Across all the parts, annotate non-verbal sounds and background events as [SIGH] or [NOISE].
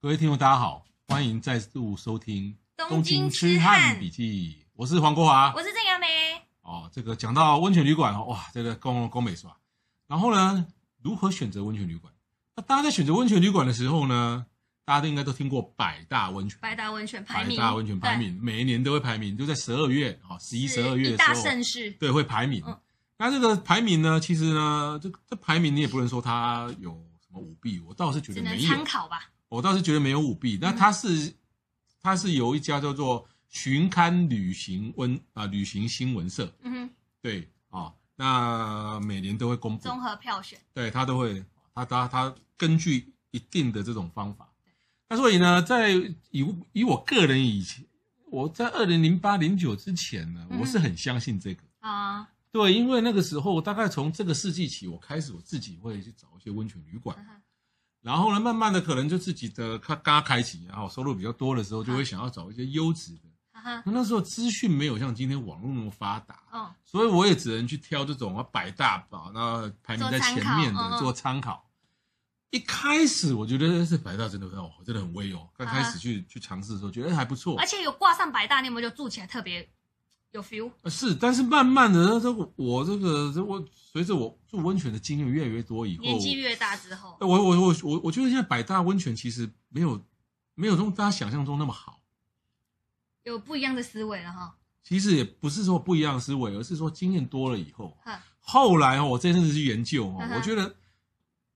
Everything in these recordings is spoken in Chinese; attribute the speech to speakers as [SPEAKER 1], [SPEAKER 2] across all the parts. [SPEAKER 1] 各位听众，大家好，欢迎再度收听《
[SPEAKER 2] 东京
[SPEAKER 1] 痴
[SPEAKER 2] 痴
[SPEAKER 1] 汉
[SPEAKER 2] 汉
[SPEAKER 1] 笔记》，我是黄国华，
[SPEAKER 2] 我是郑雅梅，
[SPEAKER 1] 哦，这个讲到温泉旅馆哦，哇，这个宫宫美刷。然后呢，如何选择温泉旅馆？那大家在选择温泉旅馆的时候呢，大家都应该都听过百大温泉，
[SPEAKER 2] 白大温泉排
[SPEAKER 1] 百
[SPEAKER 2] 名，
[SPEAKER 1] 大温泉排名，每一年都会排名，就在十二月啊，十
[SPEAKER 2] 对，
[SPEAKER 1] 一、十二月
[SPEAKER 2] 一
[SPEAKER 1] 的
[SPEAKER 2] 大
[SPEAKER 1] 时候，
[SPEAKER 2] 盛世，
[SPEAKER 1] 对，会排名
[SPEAKER 2] 嗯。
[SPEAKER 1] 那这个排名呢，其实呢，这这排名你也不能说它有什么舞弊，我倒是觉得
[SPEAKER 2] 只能
[SPEAKER 1] 没
[SPEAKER 2] 参
[SPEAKER 1] 有，
[SPEAKER 2] 考嗯吧。
[SPEAKER 1] 我倒是觉得没有舞弊。那它是它是由一家叫做寻刊旅行温啊、旅行新闻社，
[SPEAKER 2] 嗯哼，
[SPEAKER 1] 对啊、那每年都会公布，
[SPEAKER 2] 综合票选，
[SPEAKER 1] 对他都会，他他他根据一定的这种方法。那所以呢，在以以我个人以前，我在二零零八零九之前呢，
[SPEAKER 2] 嗯
[SPEAKER 1] 我是很相信这个。
[SPEAKER 2] 啊、
[SPEAKER 1] 对，因为那个时候大概从这个世纪起，我开始我自己会去找一些温泉旅馆，
[SPEAKER 2] 嗯哼
[SPEAKER 1] 然后呢，慢慢的可能就自己的咔嘎开启，然后收入比较多的时候，就会
[SPEAKER 2] 嗯
[SPEAKER 1] 想要找一些优质的。
[SPEAKER 2] 啊哈，
[SPEAKER 1] 那那时候资讯没有像今天网络那么发达，
[SPEAKER 2] 嗯，
[SPEAKER 1] 所以我也只能去挑这种啊百大吧，那排名在前面的做
[SPEAKER 2] 做
[SPEAKER 1] 参考。一开始我觉得是百大真的很好，真的很威哦。刚开
[SPEAKER 2] 啊
[SPEAKER 1] 始去、去尝试的时候，觉得哎还不错
[SPEAKER 2] 而，且有挂上白大，你有没有就住起来特别有 feel？
[SPEAKER 1] 呃是。但是慢慢的，那这个我这个这我随着我住温泉的经验越来越多以后，
[SPEAKER 2] 年纪越大之后，
[SPEAKER 1] 我我我我我觉得现在百大温泉其实没有没有中大家想象中那么好。
[SPEAKER 2] 有不一样的思维了哈。
[SPEAKER 1] 其实也不是说不一样的思维，而是说经验多了以后，
[SPEAKER 2] 哼，
[SPEAKER 1] 后来哦，我这阵子去研究哦
[SPEAKER 2] 嗯，哼
[SPEAKER 1] 我觉得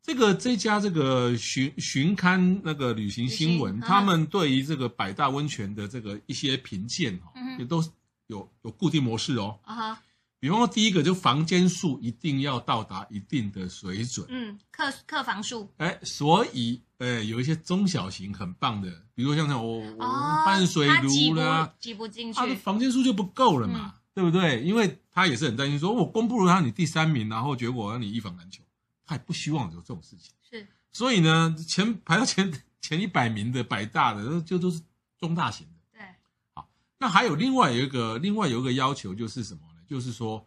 [SPEAKER 1] 这个这家这个巡巡刊那个旅行新闻，
[SPEAKER 2] 旅行嗯哼
[SPEAKER 1] 他们对于这个百大温泉的这个一些评鉴哦，
[SPEAKER 2] 嗯哼
[SPEAKER 1] 也都是有有固定模式哦。
[SPEAKER 2] 啊哈，
[SPEAKER 1] 比方说第一个就房间数一定要到达一定的水准，
[SPEAKER 2] 嗯，客客房数，
[SPEAKER 1] 哎、所以哎有一些中小型很棒的，比如像那种哦
[SPEAKER 2] 哦，
[SPEAKER 1] 半水
[SPEAKER 2] 他挤
[SPEAKER 1] 炉
[SPEAKER 2] 不
[SPEAKER 1] 啦，
[SPEAKER 2] 挤不进去嗯
[SPEAKER 1] 他的，房间数就不够了嘛，对不对？因为他也是很担心说，我公布了他你第三名，然后结果让你一房难求，他也不希望有这种事情。
[SPEAKER 2] 是
[SPEAKER 1] 所以呢，前排到前 [LAUGHS] 前一百名的百大的，就都是中大型的。
[SPEAKER 2] 对，
[SPEAKER 1] 那还有另外有一个另外有一个要求就是什么呢？就是说，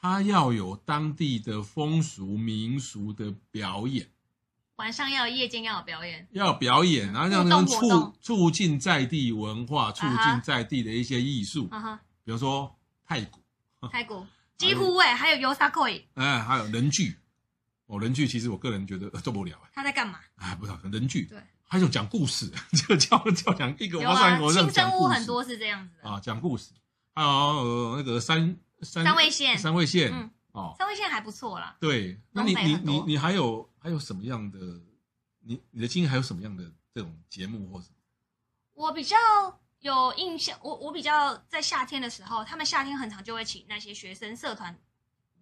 [SPEAKER 1] 他要有当地的风俗民俗的表演，
[SPEAKER 2] 晚上要有夜间要有表演，
[SPEAKER 1] 要有表演，然后让
[SPEAKER 2] 互
[SPEAKER 1] 能
[SPEAKER 2] 动活
[SPEAKER 1] 促
[SPEAKER 2] 动
[SPEAKER 1] 促进在地文化，促
[SPEAKER 2] 啊哈
[SPEAKER 1] 进在地的一些艺术，
[SPEAKER 2] 啊哈，
[SPEAKER 1] 比如说太鼓。
[SPEAKER 2] 太古几乎哎，还有 y o s a k o i
[SPEAKER 1] 哎，还有人剧，哦，人剧其实我个人觉得、呃、做不了
[SPEAKER 2] 他在干嘛？
[SPEAKER 1] 哎，哎，不知道人剧，
[SPEAKER 2] 对，
[SPEAKER 1] 还有一种讲故事， [LAUGHS] 就叫叫讲一个
[SPEAKER 2] 有
[SPEAKER 1] 挖山
[SPEAKER 2] 啊，
[SPEAKER 1] 国让
[SPEAKER 2] 新
[SPEAKER 1] 讲
[SPEAKER 2] 生
[SPEAKER 1] 故
[SPEAKER 2] 屋
[SPEAKER 1] 事
[SPEAKER 2] 很多是这样子的。
[SPEAKER 1] 啊，讲故事，还有呃那个三三
[SPEAKER 2] 三味线
[SPEAKER 1] 三味线、
[SPEAKER 2] 嗯
[SPEAKER 1] 哦，
[SPEAKER 2] 三味线还不错啦，
[SPEAKER 1] 对，那你
[SPEAKER 2] 东北
[SPEAKER 1] 你
[SPEAKER 2] 很
[SPEAKER 1] 你
[SPEAKER 2] 多
[SPEAKER 1] 你还有还有什么样的，你你的经验还有什么样的这种节目或什么？
[SPEAKER 2] 我比较有印象，我我比较在夏天的时候，他们夏天很常就会请那些学生社团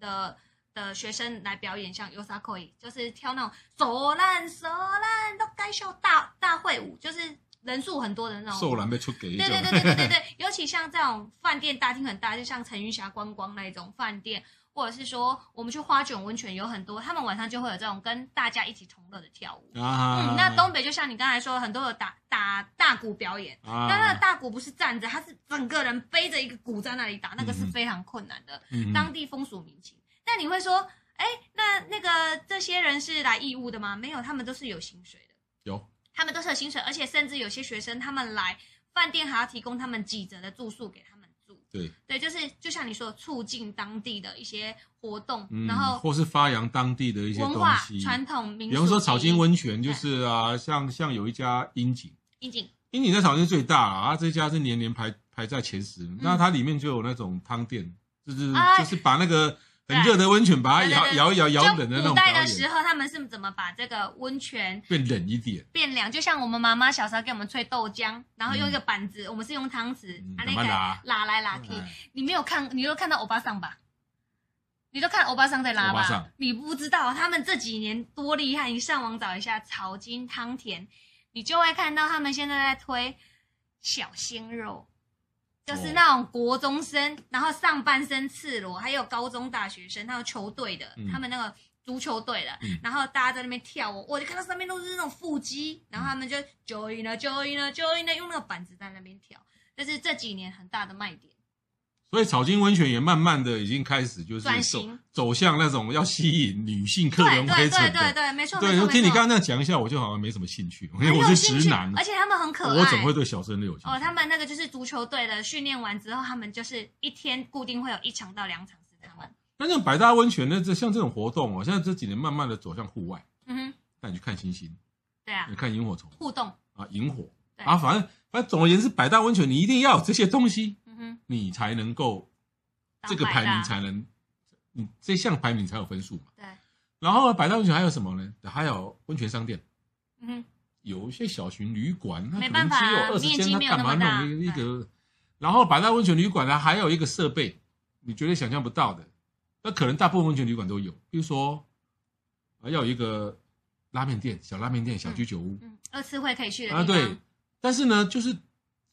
[SPEAKER 2] 的的学生来表演，像 Yosakoi，就是跳那种手烂手烂都该秀大大会舞，就是人数很多的那种。
[SPEAKER 1] 受难被出给一
[SPEAKER 2] 对对对
[SPEAKER 1] 种
[SPEAKER 2] 对对对对，尤其像这种饭店大厅很大，就像陈云霞观光那一种饭店，或者是说我们去花卷温泉有很多，他们晚上就会有这种跟大家一起同乐的跳舞。
[SPEAKER 1] 啊，
[SPEAKER 2] 嗯，那东北就像你刚才说，很多有打打大鼓表演，
[SPEAKER 1] 啊，
[SPEAKER 2] 那那个大鼓不是站着，他是整个人背着一个鼓在那里打，那个是
[SPEAKER 1] 嗯嗯
[SPEAKER 2] 非常困难的，
[SPEAKER 1] 嗯
[SPEAKER 2] 当地风俗民情。那你会说，哎，那那个这些人是来义务的吗？没有，他们都是有薪水的，
[SPEAKER 1] 有
[SPEAKER 2] 他们都是有薪水，而且甚至有些学生他们来饭店还要提供他们几折的住宿给他们住。
[SPEAKER 1] 对，
[SPEAKER 2] 对，就是就像你说，促进当地的一些活动，
[SPEAKER 1] 嗯，
[SPEAKER 2] 然后
[SPEAKER 1] 或是发扬当地的一些
[SPEAKER 2] 文
[SPEAKER 1] 东
[SPEAKER 2] 化
[SPEAKER 1] 西。
[SPEAKER 2] 传统民俗技艺。
[SPEAKER 1] 比方说草金温泉就是啊，像像有一家樱井，
[SPEAKER 2] 应景，
[SPEAKER 1] 樱井在草金最大啊，啊这家是年年排排在前十，那它里面就有那种汤店，就是、
[SPEAKER 2] 哎
[SPEAKER 1] 就是把那个很热的温泉把它
[SPEAKER 2] 对对
[SPEAKER 1] 摇
[SPEAKER 2] 对
[SPEAKER 1] 摇一摇摇冷
[SPEAKER 2] 就
[SPEAKER 1] 的那种
[SPEAKER 2] 古
[SPEAKER 1] 表
[SPEAKER 2] 代的时
[SPEAKER 1] 演，
[SPEAKER 2] 候，他们是怎么把这个温泉
[SPEAKER 1] 变冷一点，
[SPEAKER 2] 变凉，就像我们妈妈小时候给我们吹豆浆，然后用一个板子，我们是用汤匙
[SPEAKER 1] 嗯，
[SPEAKER 2] 啊
[SPEAKER 1] 慢慢拉
[SPEAKER 2] 拉来拉去。
[SPEAKER 1] 哎
[SPEAKER 2] 你没有看，你都看到欧巴桑吧？你都看欧巴桑在拉
[SPEAKER 1] 欧巴桑
[SPEAKER 2] 吧？你不知道他们这几年多厉害，你上网找一下草金汤田，你就会看到他们现在在推小鲜肉，
[SPEAKER 1] 哦
[SPEAKER 2] 就是那种国中生，然后上半身赤裸，还有高中大学生，还有球队的，
[SPEAKER 1] 嗯
[SPEAKER 2] 他们那个足球队的，
[SPEAKER 1] 嗯
[SPEAKER 2] 然后大家在那边跳舞，我就看到上面都是那种腹肌，然后他们就 join 了 join 了 join 了，用那个板子在那边跳，这是这几年很大的卖点。
[SPEAKER 1] 所以草金温泉也慢慢的已经开始就是走
[SPEAKER 2] 转型
[SPEAKER 1] 走向那种要吸引女性客
[SPEAKER 2] 对
[SPEAKER 1] 人
[SPEAKER 2] 对
[SPEAKER 1] 亏
[SPEAKER 2] 对
[SPEAKER 1] 损
[SPEAKER 2] 对
[SPEAKER 1] 的。
[SPEAKER 2] 对，没错没
[SPEAKER 1] 对，
[SPEAKER 2] 错
[SPEAKER 1] 就
[SPEAKER 2] 没
[SPEAKER 1] 听你
[SPEAKER 2] 错
[SPEAKER 1] 刚刚那样讲一下，我就好像没什么兴趣，因为
[SPEAKER 2] 很
[SPEAKER 1] 我
[SPEAKER 2] 有
[SPEAKER 1] 是
[SPEAKER 2] 兴趣
[SPEAKER 1] 直男，
[SPEAKER 2] 而且他们很可爱。
[SPEAKER 1] 我怎么会对小生的有兴
[SPEAKER 2] 哦，
[SPEAKER 1] 趣？
[SPEAKER 2] 他们那个就是足球队的训练完之后，他们就是一天固定会有一场到两场是他们。
[SPEAKER 1] 那像百大温泉呢，这像这种活动哦，现在这几年慢慢的走向户外，
[SPEAKER 2] 嗯哼，
[SPEAKER 1] 带你去看星星，
[SPEAKER 2] 对啊，
[SPEAKER 1] 看萤火虫
[SPEAKER 2] 互动。
[SPEAKER 1] 啊，萤火
[SPEAKER 2] 对
[SPEAKER 1] 啊，反正反正总而言之，百大温泉你一定要有这些东西，
[SPEAKER 2] 嗯哼，
[SPEAKER 1] 你才能够
[SPEAKER 2] 当
[SPEAKER 1] 这个
[SPEAKER 2] 百
[SPEAKER 1] 排名
[SPEAKER 2] 搭
[SPEAKER 1] 才能，你这项排名才有分数嘛。
[SPEAKER 2] 啊对，
[SPEAKER 1] 然后百大温泉还有什么呢？还有温泉商店，
[SPEAKER 2] 嗯哼，
[SPEAKER 1] 有一些小型旅馆，它
[SPEAKER 2] 没
[SPEAKER 1] 可
[SPEAKER 2] 办
[SPEAKER 1] 能
[SPEAKER 2] 法
[SPEAKER 1] 只有
[SPEAKER 2] 啊
[SPEAKER 1] 二十
[SPEAKER 2] 面积
[SPEAKER 1] 间，它
[SPEAKER 2] 没有
[SPEAKER 1] 干嘛
[SPEAKER 2] 那么大嗯
[SPEAKER 1] 弄一个一个？然后百大温泉旅馆呢，还有一个设备，你绝对想象不到的，那可能大部分温泉旅馆都有，比如说，啊，要有一个拉面店、小拉面店、小居酒屋、
[SPEAKER 2] 嗯，二次会可以去的地
[SPEAKER 1] 啊，
[SPEAKER 2] 方。
[SPEAKER 1] 对。但是呢，就是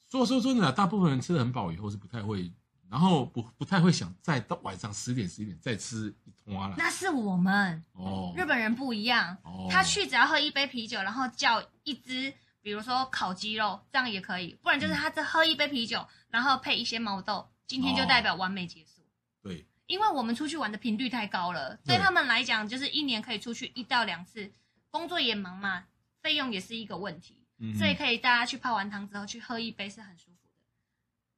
[SPEAKER 1] 说说真的啊，大部分人吃的很饱以后是不太会，然后不不太会想再到晚上十点十一点再吃一通啊了。
[SPEAKER 2] 那是我们
[SPEAKER 1] 哦，
[SPEAKER 2] 日本人不一样，
[SPEAKER 1] 哦
[SPEAKER 2] 他去只要喝一杯啤酒，然后叫一只，比如说烤鸡肉，这样也可以。不
[SPEAKER 1] 嗯
[SPEAKER 2] 然就是他只喝一杯啤酒，然后配一些毛豆，今天
[SPEAKER 1] 哦
[SPEAKER 2] 就代表完美结束。
[SPEAKER 1] 对
[SPEAKER 2] 因为我们出去玩的频率太高了，
[SPEAKER 1] 对
[SPEAKER 2] 对他们来讲，就是一年可以出去一到两次，工作也忙嘛，费用也是一个问题，
[SPEAKER 1] 嗯
[SPEAKER 2] 所以可以大家去泡完汤之后去喝一杯是很舒服的。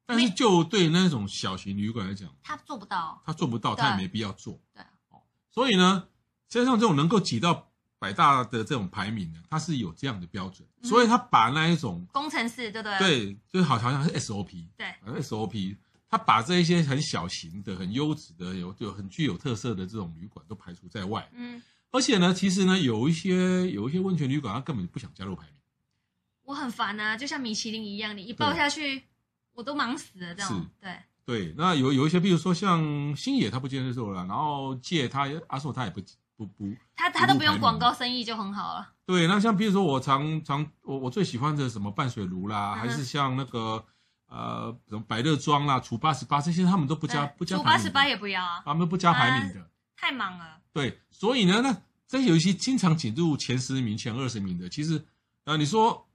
[SPEAKER 1] 但是就对那种小型旅馆来讲，
[SPEAKER 2] 他做不到，
[SPEAKER 1] 他做不到，
[SPEAKER 2] 对
[SPEAKER 1] 他也没必要做。
[SPEAKER 2] 对啊
[SPEAKER 1] 哦，所以呢，实际上这种能够挤到百大的这种排名呢，它是有这样的标准，
[SPEAKER 2] 嗯
[SPEAKER 1] 所以他把那一种
[SPEAKER 2] 工程师对不对？
[SPEAKER 1] 对，就是好好像是 SOP，
[SPEAKER 2] 对
[SPEAKER 1] 反正 SOP，他把这一些很小型的、很优质的、有有很具有特色的这种旅馆都排除在外。
[SPEAKER 2] 嗯，
[SPEAKER 1] 而且呢，其实呢，有一些有一些温泉旅馆，他根本就不想加入排名。
[SPEAKER 2] 我很烦啊，就像米其林一样，你一抱
[SPEAKER 1] 对
[SPEAKER 2] 下去，我都忙死了这
[SPEAKER 1] 是
[SPEAKER 2] 种。对，
[SPEAKER 1] 对，那有有一些，比如说像星野，他不接受了，然后借他阿寿，他也不不不
[SPEAKER 2] 他他
[SPEAKER 1] 服务
[SPEAKER 2] 都不
[SPEAKER 1] 排
[SPEAKER 2] 用
[SPEAKER 1] 名
[SPEAKER 2] 广告生意就很好了。
[SPEAKER 1] 对，那像比如说我常常我我最喜欢的什么半水炉啦，
[SPEAKER 2] 嗯哼
[SPEAKER 1] 还是像那个呃什么百乐庄啦、楚八十八这些，他们都不加
[SPEAKER 2] 对
[SPEAKER 1] 不加
[SPEAKER 2] 除
[SPEAKER 1] 排
[SPEAKER 2] 八
[SPEAKER 1] 名的
[SPEAKER 2] 十八也不要啊，
[SPEAKER 1] 他们不加排名的。
[SPEAKER 2] 太忙了。
[SPEAKER 1] 对，所以呢，那这有一些经常进入前十名、前二十名的，其实啊、呃你说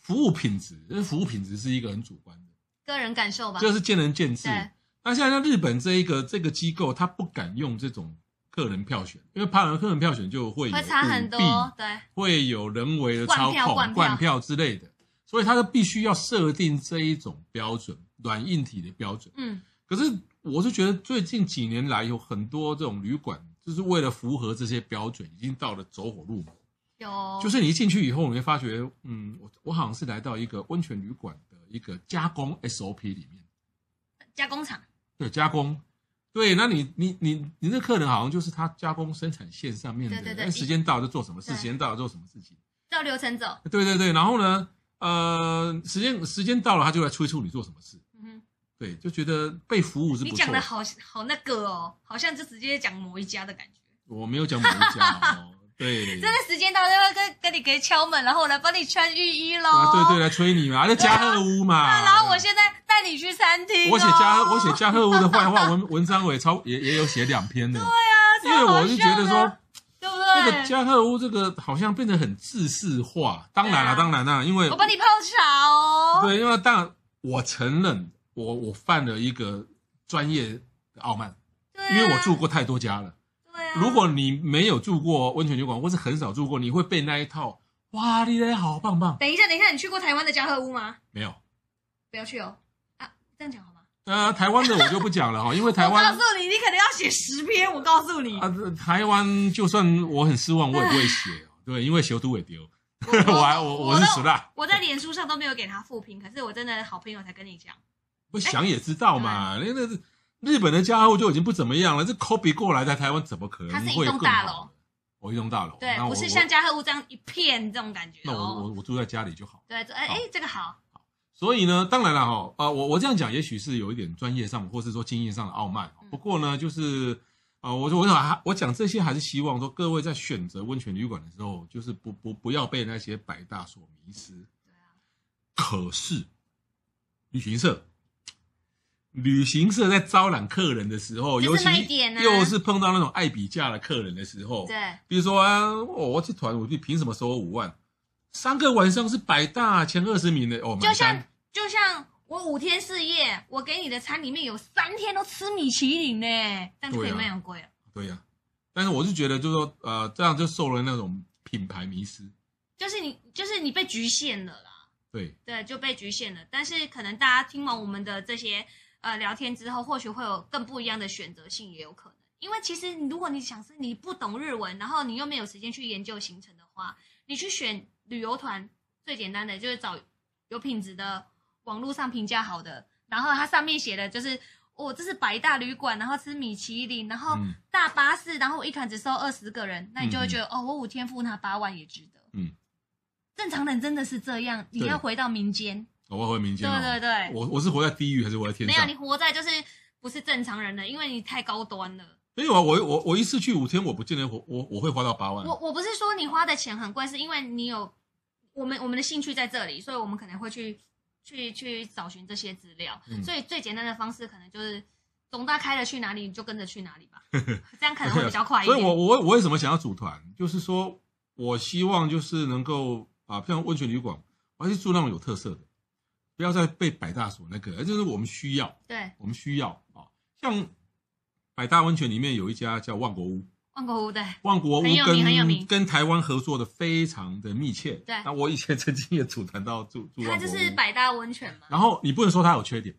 [SPEAKER 1] 服务品质，因为服务品质是一个很主观的，
[SPEAKER 2] 个人感受吧，
[SPEAKER 1] 这是见仁见智
[SPEAKER 2] 对。
[SPEAKER 1] 那现在像日本这一个这个机构，他不敢用这种个人票选，因为怕人个人票选就会有
[SPEAKER 2] 会差很
[SPEAKER 1] 舞弊
[SPEAKER 2] 多。对，
[SPEAKER 1] 会有人为的操
[SPEAKER 2] 灌票
[SPEAKER 1] 控、
[SPEAKER 2] 灌票
[SPEAKER 1] 灌票之类的，所以他就必须要设定这一种标准，软硬体的标准。
[SPEAKER 2] 嗯，
[SPEAKER 1] 可是我是觉得最近几年来有很多这种旅馆，就是为了符合这些标准，已经到了走火入魔。
[SPEAKER 2] 有
[SPEAKER 1] 就是你一进去以后，你会发觉，嗯，我我好像是来到一个温泉旅馆的一个加工 SOP 里面，
[SPEAKER 2] 加工厂。
[SPEAKER 1] 对加工。对，那你你你你这客人好像就是他加工生产线上面的，
[SPEAKER 2] 对对对
[SPEAKER 1] 哎时间到了就做什么事，
[SPEAKER 2] 对
[SPEAKER 1] 时间到了做什么事情。
[SPEAKER 2] 照流程走。
[SPEAKER 1] 对对对，然后呢，呃，时间时间到了，他就来催促你做什么事。
[SPEAKER 2] 嗯哼，
[SPEAKER 1] 对，就觉得被服务是
[SPEAKER 2] 你
[SPEAKER 1] 不
[SPEAKER 2] 讲
[SPEAKER 1] 错
[SPEAKER 2] 的。好好那个哦，好像就直接讲某一家的感觉。
[SPEAKER 1] 我没有讲某一家哦，对，
[SPEAKER 2] 真的时间到就会跟跟你给敲门，然后我来帮你穿浴衣喽。
[SPEAKER 1] 啊，对对，来催你嘛，那家贺屋嘛。
[SPEAKER 2] 啊。然后我现在带你去餐厅、哦。
[SPEAKER 1] 啊我写家我写家贺屋的坏话文文章，我也超也也有写两篇的。对啊，因为
[SPEAKER 2] 超好
[SPEAKER 1] 我是觉得
[SPEAKER 2] 笑
[SPEAKER 1] 说
[SPEAKER 2] 的欸对不
[SPEAKER 1] 那个
[SPEAKER 2] 对？
[SPEAKER 1] 家贺屋这个好像变得很制式化。当然了、
[SPEAKER 2] 对啊
[SPEAKER 1] 当然啦、因为
[SPEAKER 2] 我帮你泡茶哦。
[SPEAKER 1] 对，因为当然我承认我我犯了一个专业的傲慢，
[SPEAKER 2] 对
[SPEAKER 1] 因
[SPEAKER 2] 啊，
[SPEAKER 1] 为我住过太多家了。
[SPEAKER 2] 对啊。
[SPEAKER 1] 如果你没有住过温泉旅馆，或是很少住过，你会被那一套“哇，你嘞好棒棒
[SPEAKER 2] 等一下，等一下，你去过台湾的家和屋吗？”
[SPEAKER 1] 没有。
[SPEAKER 2] 不要去哦。啊，这样讲好吗？
[SPEAKER 1] 呃，台湾的我就不讲了哈，因为台湾
[SPEAKER 2] [LAUGHS] 我告诉你，你可能要写十篇。我告诉你，
[SPEAKER 1] 啊， [LAUGHS] 这台湾就算我很失望，我也不会
[SPEAKER 2] [LAUGHS]
[SPEAKER 1] 写哦。对，因为修都也丢， [LAUGHS] 我还我我是
[SPEAKER 2] 都
[SPEAKER 1] 死啦，
[SPEAKER 2] 哦我在脸书上都没有给他复评，可是我真的好朋友才跟你讲，
[SPEAKER 1] 不想也知道嘛。那
[SPEAKER 2] 嗯
[SPEAKER 1] 那日本的家伙就已经不怎么样了，这 copy 过来在台湾怎么可能
[SPEAKER 2] 它是一
[SPEAKER 1] 会
[SPEAKER 2] 栋
[SPEAKER 1] 更
[SPEAKER 2] 大
[SPEAKER 1] 好
[SPEAKER 2] 楼
[SPEAKER 1] 呢？哦，一栋大楼，
[SPEAKER 2] 对
[SPEAKER 1] 那，我
[SPEAKER 2] 不是
[SPEAKER 1] 我
[SPEAKER 2] 像家和屋这样一片这种感觉
[SPEAKER 1] 那我我
[SPEAKER 2] 哦。
[SPEAKER 1] 我住在家里就好。
[SPEAKER 2] 对，这哎
[SPEAKER 1] 好
[SPEAKER 2] 哎，这个好，
[SPEAKER 1] 所以呢，当然了哈、啊、我我这样讲也许是有一点专业上或是说经验上的傲慢哦
[SPEAKER 2] 嗯，
[SPEAKER 1] 不过呢，就是啊、我说我想还我讲这些还是希望说各位在选择温泉旅馆的时候，就是不不不要被那些百大所迷失。
[SPEAKER 2] 对啊，
[SPEAKER 1] 可是，旅行社，旅行社在招揽客人的时候，
[SPEAKER 2] 就
[SPEAKER 1] 尤
[SPEAKER 2] 是
[SPEAKER 1] 其
[SPEAKER 2] 那一点啊
[SPEAKER 1] 又是碰到那种爱比价的客人的时候，
[SPEAKER 2] 对，
[SPEAKER 1] 比如说啊，我我这团我就凭什么收我五万？三个晚上是百大前二十名的哦，
[SPEAKER 2] 就
[SPEAKER 1] 买
[SPEAKER 2] 像
[SPEAKER 1] 单。
[SPEAKER 2] 就像我五天四夜，我给你的餐里面有三天都吃米其林呢，但是可以
[SPEAKER 1] 对啊
[SPEAKER 2] 卖很贵啊。
[SPEAKER 1] 对呀、但是我是觉得就是说呃，这样就受了那种品牌迷失。
[SPEAKER 2] 就是你就是你被局限了啦。
[SPEAKER 1] 对，
[SPEAKER 2] 对，就被局限了。但是可能大家听完我们的这些呃聊天之后，或许会有更不一样的选择性，也有可能。因为其实你如果你想是你不懂日文，然后你又没有时间去研究行程的话，你去选旅游团最简单的就是找有品质的，网络上评价好的，然后它上面写的就是。我、这是百大旅馆，然后吃米其林，然后
[SPEAKER 1] 嗯
[SPEAKER 2] 大巴士，然后我一团只收二十个人，那你就会
[SPEAKER 1] 嗯
[SPEAKER 2] 觉得、哦，我五天付那八万也值得。
[SPEAKER 1] 嗯，
[SPEAKER 2] 正常人真的是这样，你
[SPEAKER 1] 对
[SPEAKER 2] 要回到民间，
[SPEAKER 1] 我要回民间、
[SPEAKER 2] 对
[SPEAKER 1] 哦。
[SPEAKER 2] 对对，
[SPEAKER 1] 我我是活在地狱还是活在天
[SPEAKER 2] 没有
[SPEAKER 1] 上
[SPEAKER 2] 你？活在就是不是正常人的，因为你太高端了。
[SPEAKER 1] 没有啊，我我我一次去五天，我不见得我我我会花到八万。
[SPEAKER 2] 我我不是说你花的钱很贵，是因为你有我们我们的兴趣在这里，所以我们可能会去去去找寻这些资料。
[SPEAKER 1] 嗯
[SPEAKER 2] 所以最简单的方式可能就是总大开了去哪里你就跟着去哪里
[SPEAKER 1] [LAUGHS]
[SPEAKER 2] 吧，这样可能会比较快一
[SPEAKER 1] 所以
[SPEAKER 2] 点。
[SPEAKER 1] 我我我为什么想要组团？就是说我希望就是能够啊，像温泉旅馆，我要去住那种有特色的，不要再被百大所那个，而就是我们需要，
[SPEAKER 2] 对
[SPEAKER 1] 我们需要啊。像百大温泉里面有一家叫万国屋，
[SPEAKER 2] 万国屋对，
[SPEAKER 1] 万国屋
[SPEAKER 2] 很有名很有
[SPEAKER 1] 跟
[SPEAKER 2] 名
[SPEAKER 1] 跟台湾合作的非常的密切。
[SPEAKER 2] 对
[SPEAKER 1] 那我以前曾经也组团到住住
[SPEAKER 2] 它
[SPEAKER 1] 万
[SPEAKER 2] 就
[SPEAKER 1] 国屋
[SPEAKER 2] 是，百搭温泉嘛。
[SPEAKER 1] 然后你不能说它有缺点，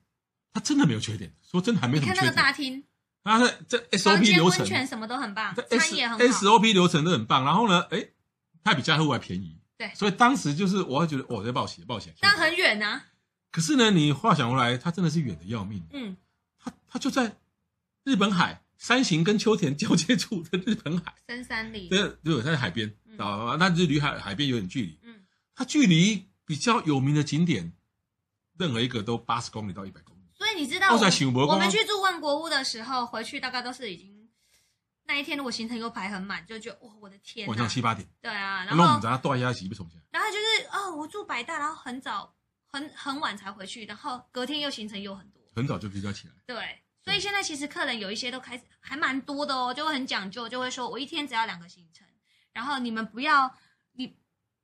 [SPEAKER 1] 它真的没有缺点，说真的还没
[SPEAKER 2] 你
[SPEAKER 1] 什么
[SPEAKER 2] 看
[SPEAKER 1] 缺
[SPEAKER 2] 那
[SPEAKER 1] 点
[SPEAKER 2] 个。大
[SPEAKER 1] 嗯
[SPEAKER 2] 厅，
[SPEAKER 1] 然后这这
[SPEAKER 2] 房
[SPEAKER 1] SOP
[SPEAKER 2] 间
[SPEAKER 1] 流
[SPEAKER 2] 温
[SPEAKER 1] 程，
[SPEAKER 2] 泉什么都很棒，
[SPEAKER 1] 这
[SPEAKER 2] 餐
[SPEAKER 1] S
[SPEAKER 2] 也很好。
[SPEAKER 1] SOP 流程都很棒。然后呢，哎，它比家户还便宜，
[SPEAKER 2] 对
[SPEAKER 1] 所以当时就是我会觉得，我在报喜报喜。
[SPEAKER 2] 但很远啊，
[SPEAKER 1] 可是呢，你话讲回来，它真的是远的要命，
[SPEAKER 2] 嗯，
[SPEAKER 1] 它它就在日本海山形跟秋田交界处的日本海，
[SPEAKER 2] 深山里，
[SPEAKER 1] 对对，它在海边
[SPEAKER 2] 嗯
[SPEAKER 1] 啊，那就离海海边有点距离。
[SPEAKER 2] 嗯，
[SPEAKER 1] 它距离比较有名的景点，任何一个都八十公里到一百公里。
[SPEAKER 2] 所以你知道
[SPEAKER 1] 我
[SPEAKER 2] 我
[SPEAKER 1] 在想不
[SPEAKER 2] 们
[SPEAKER 1] 到
[SPEAKER 2] 我们去住万国屋的时候，回去大概都是已经那一天，如果行程又排很满，就觉得哇，我的天、
[SPEAKER 1] 晚上
[SPEAKER 2] 啊，
[SPEAKER 1] 七八点，
[SPEAKER 2] 对啊，然
[SPEAKER 1] 那我们
[SPEAKER 2] 后
[SPEAKER 1] 在那断一下洗被冲下来。
[SPEAKER 2] 然后就是哦，我住百大，然后很早很很晚才回去，然后隔天又行程又很多，
[SPEAKER 1] 很早就睡觉起来。
[SPEAKER 2] 对，所
[SPEAKER 1] 嗯
[SPEAKER 2] 以现在其实客人有一些都开始还蛮多的哦，就会很讲究，就会说我一天只要两个行程，然后你们不要你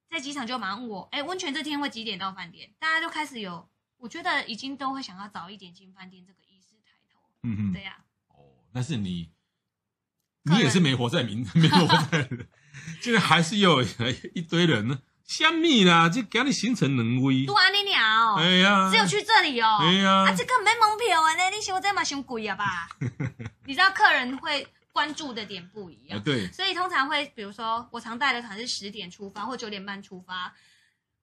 [SPEAKER 2] 在机场就马上问我，哎，温泉这天会几点到饭店？大家就开始有，我觉得已经都会想要早一点进饭店这个意识抬头，
[SPEAKER 1] 嗯嗯，
[SPEAKER 2] 对呀、
[SPEAKER 1] 哦，但是你你
[SPEAKER 2] 客人
[SPEAKER 1] 也是没活在民，没活在， [LAUGHS] 就是还是有一堆人呢。虾米啦，就给你形成能威
[SPEAKER 2] 都。安尼鸟，
[SPEAKER 1] 哎呀，
[SPEAKER 2] 哦只有去这里哦。
[SPEAKER 1] 哎呀
[SPEAKER 2] 啊，这个没门票啊，那你想这嘛想贵啊
[SPEAKER 1] [LAUGHS]
[SPEAKER 2] 吧？你知道客人会关注的点不一
[SPEAKER 1] 啊，
[SPEAKER 2] 样，
[SPEAKER 1] 对，
[SPEAKER 2] 所以通常会，比如说我常带的团是十点出发或九点半出发，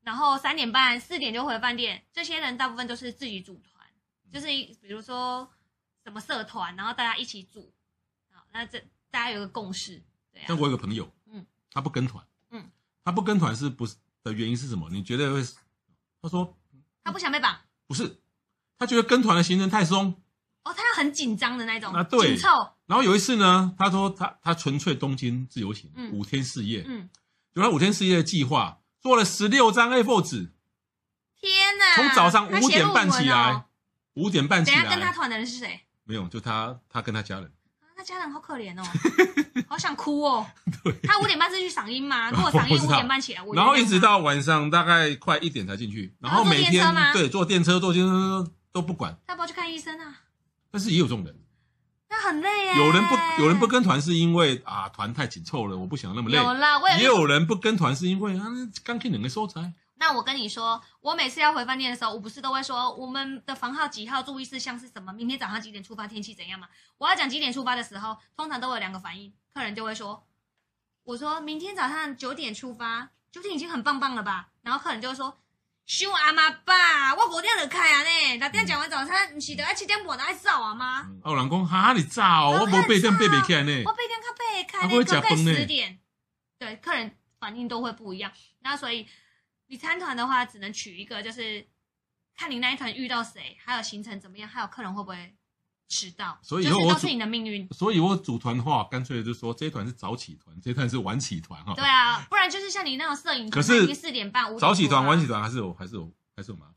[SPEAKER 2] 然后三点半、四点就回饭店。这些人大部分都是自己组团，就是一比如说什么社团，然后大家一起组，好，那这大家有个共识，对
[SPEAKER 1] 但
[SPEAKER 2] 啊，
[SPEAKER 1] 我有个朋友，嗯
[SPEAKER 2] 嗯，
[SPEAKER 1] 他不跟团，嗯
[SPEAKER 2] 嗯，
[SPEAKER 1] 他不跟团是不是的原因是什么？你觉得会？他说
[SPEAKER 2] 他不想被绑，
[SPEAKER 1] 不是，他觉得跟团的行程太松。
[SPEAKER 2] 哦，他很紧张的那种，
[SPEAKER 1] 啊对
[SPEAKER 2] 紧凑，
[SPEAKER 1] 然后有一次呢，他说他他纯粹东京自由行，
[SPEAKER 2] 嗯
[SPEAKER 1] 五天四夜，
[SPEAKER 2] 嗯，
[SPEAKER 1] 就他五天四夜的计划做了十六张 A4 纸，
[SPEAKER 2] 天哪，
[SPEAKER 1] 从早上
[SPEAKER 2] 他
[SPEAKER 1] 五
[SPEAKER 2] 写
[SPEAKER 1] 点
[SPEAKER 2] 论
[SPEAKER 1] 半
[SPEAKER 2] 文
[SPEAKER 1] 起
[SPEAKER 2] 哦
[SPEAKER 1] 来，五点半起
[SPEAKER 2] 等一下跟他
[SPEAKER 1] 来，
[SPEAKER 2] 团的人是谁？
[SPEAKER 1] 没有，就他他跟他家人，
[SPEAKER 2] 啊他家人好
[SPEAKER 1] [LAUGHS]
[SPEAKER 2] 可怜哦，好想哭哦。
[SPEAKER 1] 对
[SPEAKER 2] 他五点半是去赏樱
[SPEAKER 1] [LAUGHS]
[SPEAKER 2] 吗？如果
[SPEAKER 1] 我
[SPEAKER 2] 赏
[SPEAKER 1] 不
[SPEAKER 2] 樱
[SPEAKER 1] 知
[SPEAKER 2] 五
[SPEAKER 1] 道
[SPEAKER 2] 点半起来，我
[SPEAKER 1] 然后
[SPEAKER 2] 原谅
[SPEAKER 1] 一直
[SPEAKER 2] 他
[SPEAKER 1] 到晚上大概快一点才进去，然
[SPEAKER 2] 然后
[SPEAKER 1] 后
[SPEAKER 2] 坐
[SPEAKER 1] 每
[SPEAKER 2] 电
[SPEAKER 1] 天
[SPEAKER 2] 车吗
[SPEAKER 1] 对坐电车坐电车都不管，
[SPEAKER 2] 他不要去看医生啊，
[SPEAKER 1] 但是也有这种人，
[SPEAKER 2] 那很累耶。
[SPEAKER 1] 有人不有人不跟团是因为啊团太紧凑了，我不想那么累，
[SPEAKER 2] 有啦，我
[SPEAKER 1] 也
[SPEAKER 2] 有遇。
[SPEAKER 1] 有人不跟团是因为啊刚去两个收财，
[SPEAKER 2] 那我跟你说，我每次要回饭店的时候，我不是都会说我们的房号几号、注意事项是什么，明天早上几点出发，天气怎样嘛？我要讲几点出发的时候，通常都会有两个反应，客人就会说，我说明天早上九点出发，九点已经很棒棒了吧？然后客人就会说。想阿妈吧，我五点就开啊呢，六点讲完早餐，不是得要七点半就要走啊吗？
[SPEAKER 1] 嗯啊，我老公哈你炸哦，
[SPEAKER 2] 啊
[SPEAKER 1] 我无背点背不起来呢，
[SPEAKER 2] 我被点咖啡开
[SPEAKER 1] 啊
[SPEAKER 2] 那
[SPEAKER 1] 我会
[SPEAKER 2] 个
[SPEAKER 1] 吃
[SPEAKER 2] 咖啡
[SPEAKER 1] 饭呢
[SPEAKER 2] 十点，对，客人反应都会不一样。那所以你参团的话，只能取一个，就是看你那一团遇到谁，还有行程怎么样，还有客人会不会迟到，
[SPEAKER 1] 所以以
[SPEAKER 2] 就
[SPEAKER 1] 后
[SPEAKER 2] 是
[SPEAKER 1] 我
[SPEAKER 2] 都是
[SPEAKER 1] 主
[SPEAKER 2] 你的命运。
[SPEAKER 1] 所以我组团的话，干脆就说这一团是早起团，这一团是晚起团哈。
[SPEAKER 2] 对啊，不然就是像你那种摄影
[SPEAKER 1] 可
[SPEAKER 2] 团，
[SPEAKER 1] 是
[SPEAKER 2] 四点半、五
[SPEAKER 1] 早起团、晚起
[SPEAKER 2] 团，
[SPEAKER 1] 团还是有还是有还是有麻烦。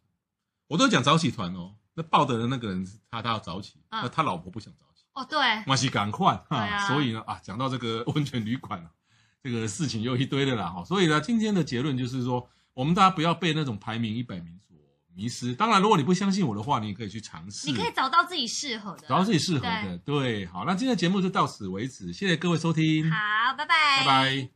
[SPEAKER 1] 我都讲早起团哦，那报的那个人是他他要早起，
[SPEAKER 2] 嗯
[SPEAKER 1] 那他老婆不想早起，
[SPEAKER 2] 哦，对，
[SPEAKER 1] 马西赶快哈、
[SPEAKER 2] 对啊
[SPEAKER 1] 所以呢啊，讲到这个温泉旅馆啊，这个事情又一堆的啦哈。所以呢，今天的结论就是说，我们大家不要被那种排名一百名所迷失。当然，如果你不相信我的话，你也可以去尝试，
[SPEAKER 2] 你可以找到自己适合的。
[SPEAKER 1] 找到自己适合的。对，好，那今天的节目就到此为止，谢谢各位收听，
[SPEAKER 2] 好，拜
[SPEAKER 1] 拜拜。